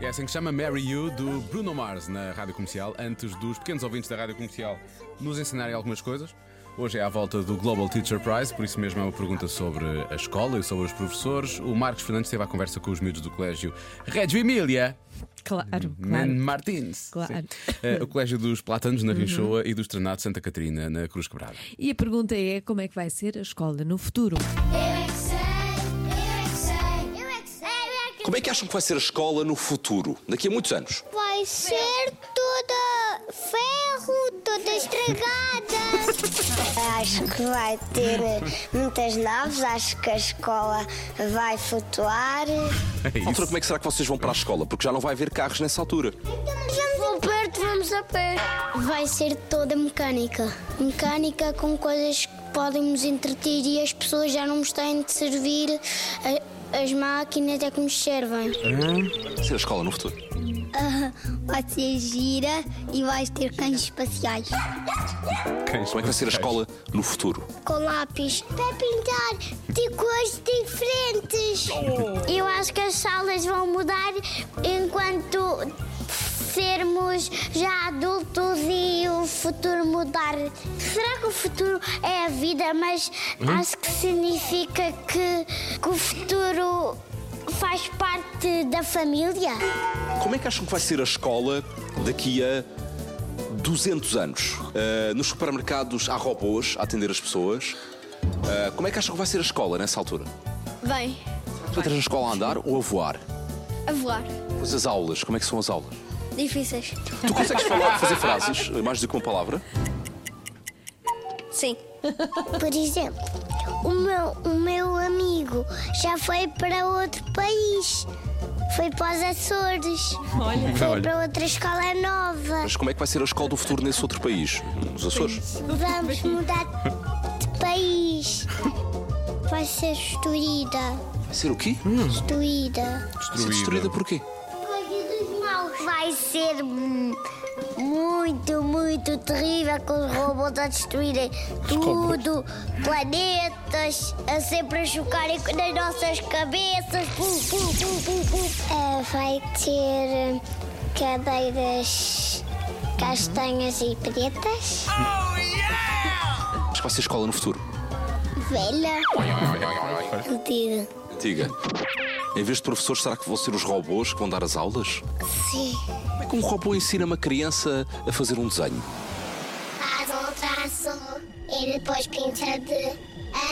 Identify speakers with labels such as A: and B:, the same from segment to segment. A: É assim que se chama Mary You do Bruno Mars na rádio comercial, antes dos pequenos ouvintes da rádio comercial nos ensinarem algumas coisas. Hoje é à volta do Global Teacher Prize, por isso mesmo é uma pergunta sobre a escola e sobre os professores. O Marcos Fernandes teve a conversa com os miúdos do colégio Reggio Emília.
B: Claro,
A: Man
B: claro.
A: Martins.
B: Claro. Uhum.
A: Sim. Eh, o Colégio dos Plátanos na Rinchoa e dos Trenados Santa Catarina na Cruz Quebrada.
B: E a pergunta é como é que vai ser a escola no futuro?
C: é
D: Como é que acham que vai ser a escola no futuro, daqui a muitos anos?
C: Vai ser toda ferro, toda estragada. Acho que vai ter muitas naves, acho que a escola vai flutuar.
A: É
D: À altura,
A: isso.
D: como é que será que vocês vão para a escola? Porque já não vai haver carros nessa altura.
C: Então, Vamos perto, vamos a pé. Vai ser toda mecânica. Mecânica com coisas que podem nos entreter e as pessoas já não nos têm de servir. a- As máquinas é que nos servem.
D: Vai ser a escola no futuro.
C: Vai ser gira e vais ter cães espaciais.
D: Como é que vai ser a escola no futuro?
C: Com lápis. Para pintar de cores diferentes. Eu acho que as salas vão mudar enquanto sermos já adultos e o futuro mudar. Será que o futuro é a vida? Mas acho que significa que, que o futuro faz parte da família.
D: Como é que acham que vai ser a escola daqui a 200 anos? Ah, nos supermercados há robôs a atender as pessoas. Ah, como é que acham que vai ser a escola nessa altura?
E: Bem,
D: Tu entras na escola a andar ou a voar?
E: a voar.
D: Mas as aulas, como é que são as aulas?
E: Difíceis.
D: Tu consegues falar, fazer frases, mais do que uma palavra?
E: Sim.
C: Por exemplo, o meu, o meu amigo já foi para outro país. Foi para os Açores. Foi
A: Olha.
C: para outra escola nova.
D: Mas como é que vai ser a escola do futuro nesse outro país? Nos Açores?
C: Vamos mudar de país. Vai ser destruída.
D: Vai ser o quê?
C: Destruída.
D: Vai ser destruída por quê?
C: Vai ser hum, muito, muito terrível com os robôs a destruírem tudo, planetas, a sempre a chocarem nas nossas cabeças. Pum, pum, pum, pum, pum. É, vai ter hum, cadeiras castanhas e pretas.
D: Acho que vai ser escola no futuro.
C: Velha. Mentira.
D: Diga. Em vez de professores, será que vão ser os robôs que vão dar as aulas?
C: Sim.
D: Como é que um robô ensina uma criança a fazer um desenho?
C: Faz um traço e depois pinta de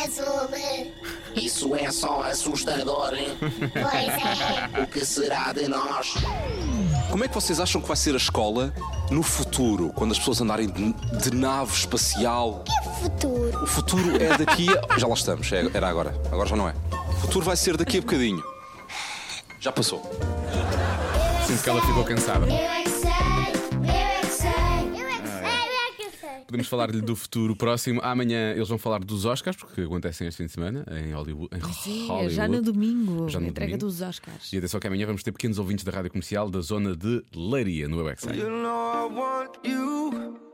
C: azul. né?
F: Isso é só assustador.
C: Pois é.
F: O que será de nós?
D: Como é que vocês acham que vai ser a escola no futuro, quando as pessoas andarem de, de nave espacial?
C: Futuro.
D: O futuro é daqui a. Já lá estamos, é- era agora. Agora já não é. O futuro vai ser daqui a bocadinho. Já passou.
A: Sinto que ela ficou cansada.
C: Eu é que sei, eu é que sei. Eu é que sei, eu é que sei.
A: Podemos falar-lhe do futuro próximo. Amanhã eles vão falar dos Oscars, porque acontecem este fim de semana em Hollywood. Em
B: Sim, é
A: Hollywood.
B: já no domingo,
A: Já no
B: entrega
A: domingo.
B: dos Oscars.
A: E atenção que amanhã vamos ter pequenos ouvintes da rádio comercial da zona de Leiria, no Webexai.